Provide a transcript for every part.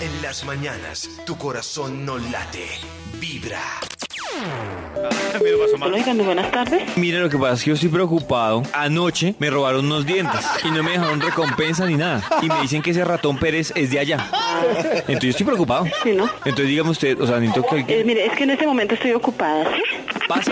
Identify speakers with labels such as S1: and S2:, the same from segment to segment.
S1: En las mañanas, tu corazón no late, vibra.
S2: Me lo paso mal.
S3: Oigan, muy buenas tardes.
S4: Mira, lo que pasa es que yo estoy preocupado. Anoche me robaron unos dientes y no me dejaron recompensa ni nada. Y me dicen que ese ratón Pérez es de allá. Entonces yo estoy preocupado.
S3: Sí, ¿no?
S4: Entonces dígame usted, o sea, necesito que
S3: Eh,
S4: alguien
S3: mire, es que en este momento estoy ocupada, ¿sí?
S4: pase.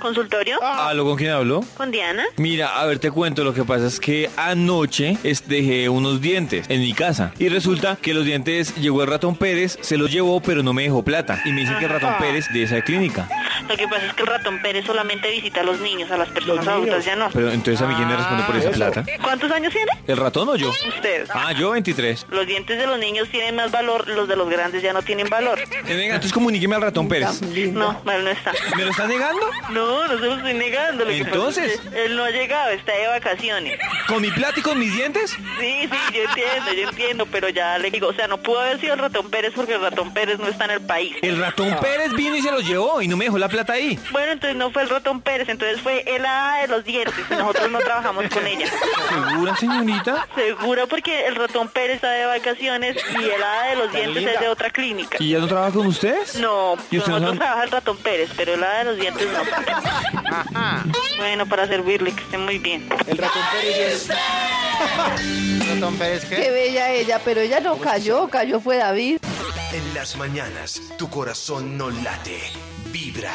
S3: ¿Consultorio?
S4: ¿Aló con quién habló?
S3: ¿Con Diana?
S4: Mira, a ver, te cuento, lo que pasa es que anoche es- dejé unos dientes en mi casa y resulta que los dientes llegó el ratón Pérez, se los llevó pero no me dejó plata y me dicen que el ratón Pérez de esa clínica.
S3: Lo que pasa es que el ratón Pérez solamente visita a los niños, a las personas adultas ya no.
S4: Pero entonces a mí quién me responde por
S3: Ah,
S4: esa plata?
S3: ¿Cuántos años tiene?
S4: ¿El ratón o yo?
S3: Usted.
S4: Ah, yo 23.
S3: Los dientes de los niños tienen más valor, los de los grandes ya no tienen valor.
S4: Eh, venga, entonces comuníqueme al ratón Pérez.
S3: No, mal no está.
S4: ¿Me lo está negando?
S3: No, no se lo estoy negando. Lo que pasa
S4: Entonces.
S3: es que él no ha llegado, está de vacaciones.
S4: ¿Con mi plata y con mis dientes?
S3: Sí, sí, yo entiendo, yo entiendo, pero ya le digo, o sea, no pudo haber sido el ratón Pérez porque el ratón Pérez no está en el país.
S4: El ratón Pérez vino y se los llevó y no me dejó la plata ahí.
S3: Bueno, entonces no fue el ratón Pérez, entonces fue el hada de los dientes. Nosotros no trabajamos con ella.
S4: ¿Segura, señorita?
S3: Seguro porque el ratón Pérez está de vacaciones y el hada de los dientes es de otra clínica.
S4: ¿Y ya no trabaja con ustedes?
S3: No,
S4: ¿Y usted
S3: nosotros
S4: no sabe?
S3: trabaja el ratón Pérez, pero el hada de los dientes no. Bueno, para servirle, que esté muy bien.
S5: El ratón Pérez.
S2: Ratón Pérez, ¿qué?
S6: Qué bella ella, pero ella no cayó, cayó fue David.
S1: En las mañanas, tu corazón no late, vibra.